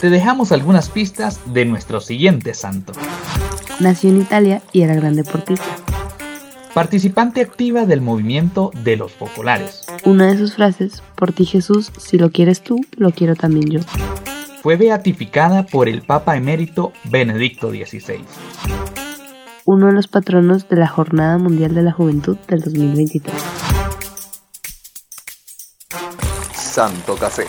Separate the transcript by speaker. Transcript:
Speaker 1: te dejamos algunas pistas de nuestro siguiente santo.
Speaker 2: Nació en Italia y era gran deportista.
Speaker 1: Participante activa del movimiento de los populares.
Speaker 2: Una de sus frases, por ti Jesús, si lo quieres tú, lo quiero también yo.
Speaker 1: Fue beatificada por el Papa emérito Benedicto XVI.
Speaker 2: Uno de los patronos de la Jornada Mundial de la Juventud del 2023.
Speaker 3: Santo Casé.